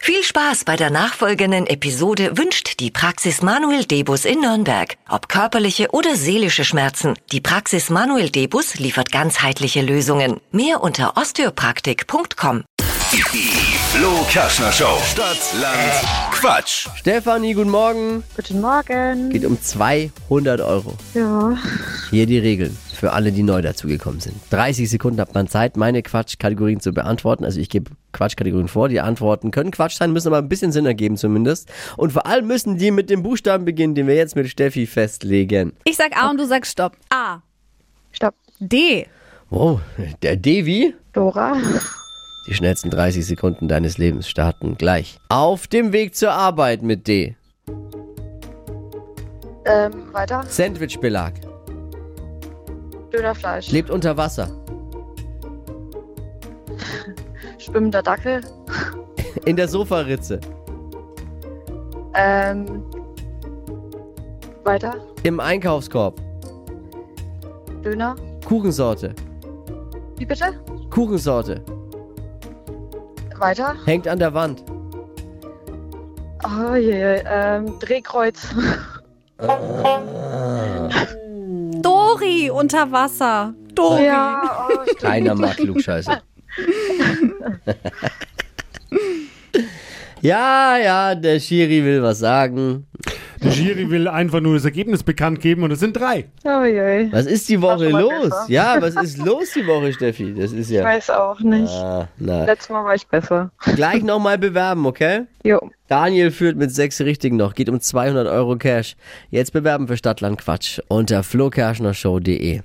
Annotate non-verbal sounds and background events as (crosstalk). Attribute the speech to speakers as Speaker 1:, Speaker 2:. Speaker 1: Viel Spaß bei der nachfolgenden Episode wünscht die Praxis Manuel Debus in Nürnberg. Ob körperliche oder seelische Schmerzen, die Praxis Manuel Debus liefert ganzheitliche Lösungen. Mehr unter osteopraktik.com.
Speaker 2: Die Flo Kaschner Show. Stadt, Land, Quatsch.
Speaker 3: Stefanie, guten Morgen.
Speaker 4: Guten Morgen.
Speaker 3: Geht um 200 Euro.
Speaker 4: Ja.
Speaker 3: Hier die Regeln für alle, die neu dazugekommen sind. 30 Sekunden hat man Zeit, meine Quatschkategorien zu beantworten. Also ich gebe Quatschkategorien vor. Die Antworten können Quatsch sein, müssen aber ein bisschen Sinn ergeben zumindest. Und vor allem müssen die mit dem Buchstaben beginnen, den wir jetzt mit Steffi festlegen.
Speaker 5: Ich sag A und du sagst Stopp. A.
Speaker 4: Stopp.
Speaker 5: D.
Speaker 3: Wow, Oh, der Devi.
Speaker 4: Dora.
Speaker 3: Die schnellsten 30 Sekunden deines Lebens starten gleich. Auf dem Weg zur Arbeit mit D.
Speaker 4: Ähm, weiter.
Speaker 3: Sandwichbelag.
Speaker 4: Dönerfleisch.
Speaker 3: Lebt unter Wasser.
Speaker 4: Schwimmender Dackel.
Speaker 3: In der Sofaritze.
Speaker 4: Ähm. Weiter.
Speaker 3: Im Einkaufskorb.
Speaker 4: Döner.
Speaker 3: Kuchensorte.
Speaker 4: Wie bitte?
Speaker 3: Kuchensorte.
Speaker 4: Weiter.
Speaker 3: Hängt an der Wand.
Speaker 4: Oh je, je. Ähm, Drehkreuz.
Speaker 5: Dori unter Wasser. Dori.
Speaker 4: ja, oh, stimmt.
Speaker 3: Keiner
Speaker 4: (laughs)
Speaker 3: mag Klugscheiße. (laughs) ja, ja, der Schiri will was sagen.
Speaker 6: Der Jury will einfach nur das Ergebnis bekannt geben und es sind drei.
Speaker 4: Oh je. je.
Speaker 3: Was ist die Woche
Speaker 4: schon mal
Speaker 3: los?
Speaker 4: besser.
Speaker 3: Ja, was ist los die Woche, Steffi? Das ist
Speaker 4: Ich
Speaker 3: ja.
Speaker 4: weiß auch nicht.
Speaker 3: Ah, na.
Speaker 4: Letztes Mal war ich besser.
Speaker 3: Gleich nochmal bewerben, okay?
Speaker 4: Jo.
Speaker 3: Daniel führt mit sechs Richtigen noch, geht um 200 Euro Cash. Jetzt bewerben für Stadtland Quatsch unter flokerschnershow.de.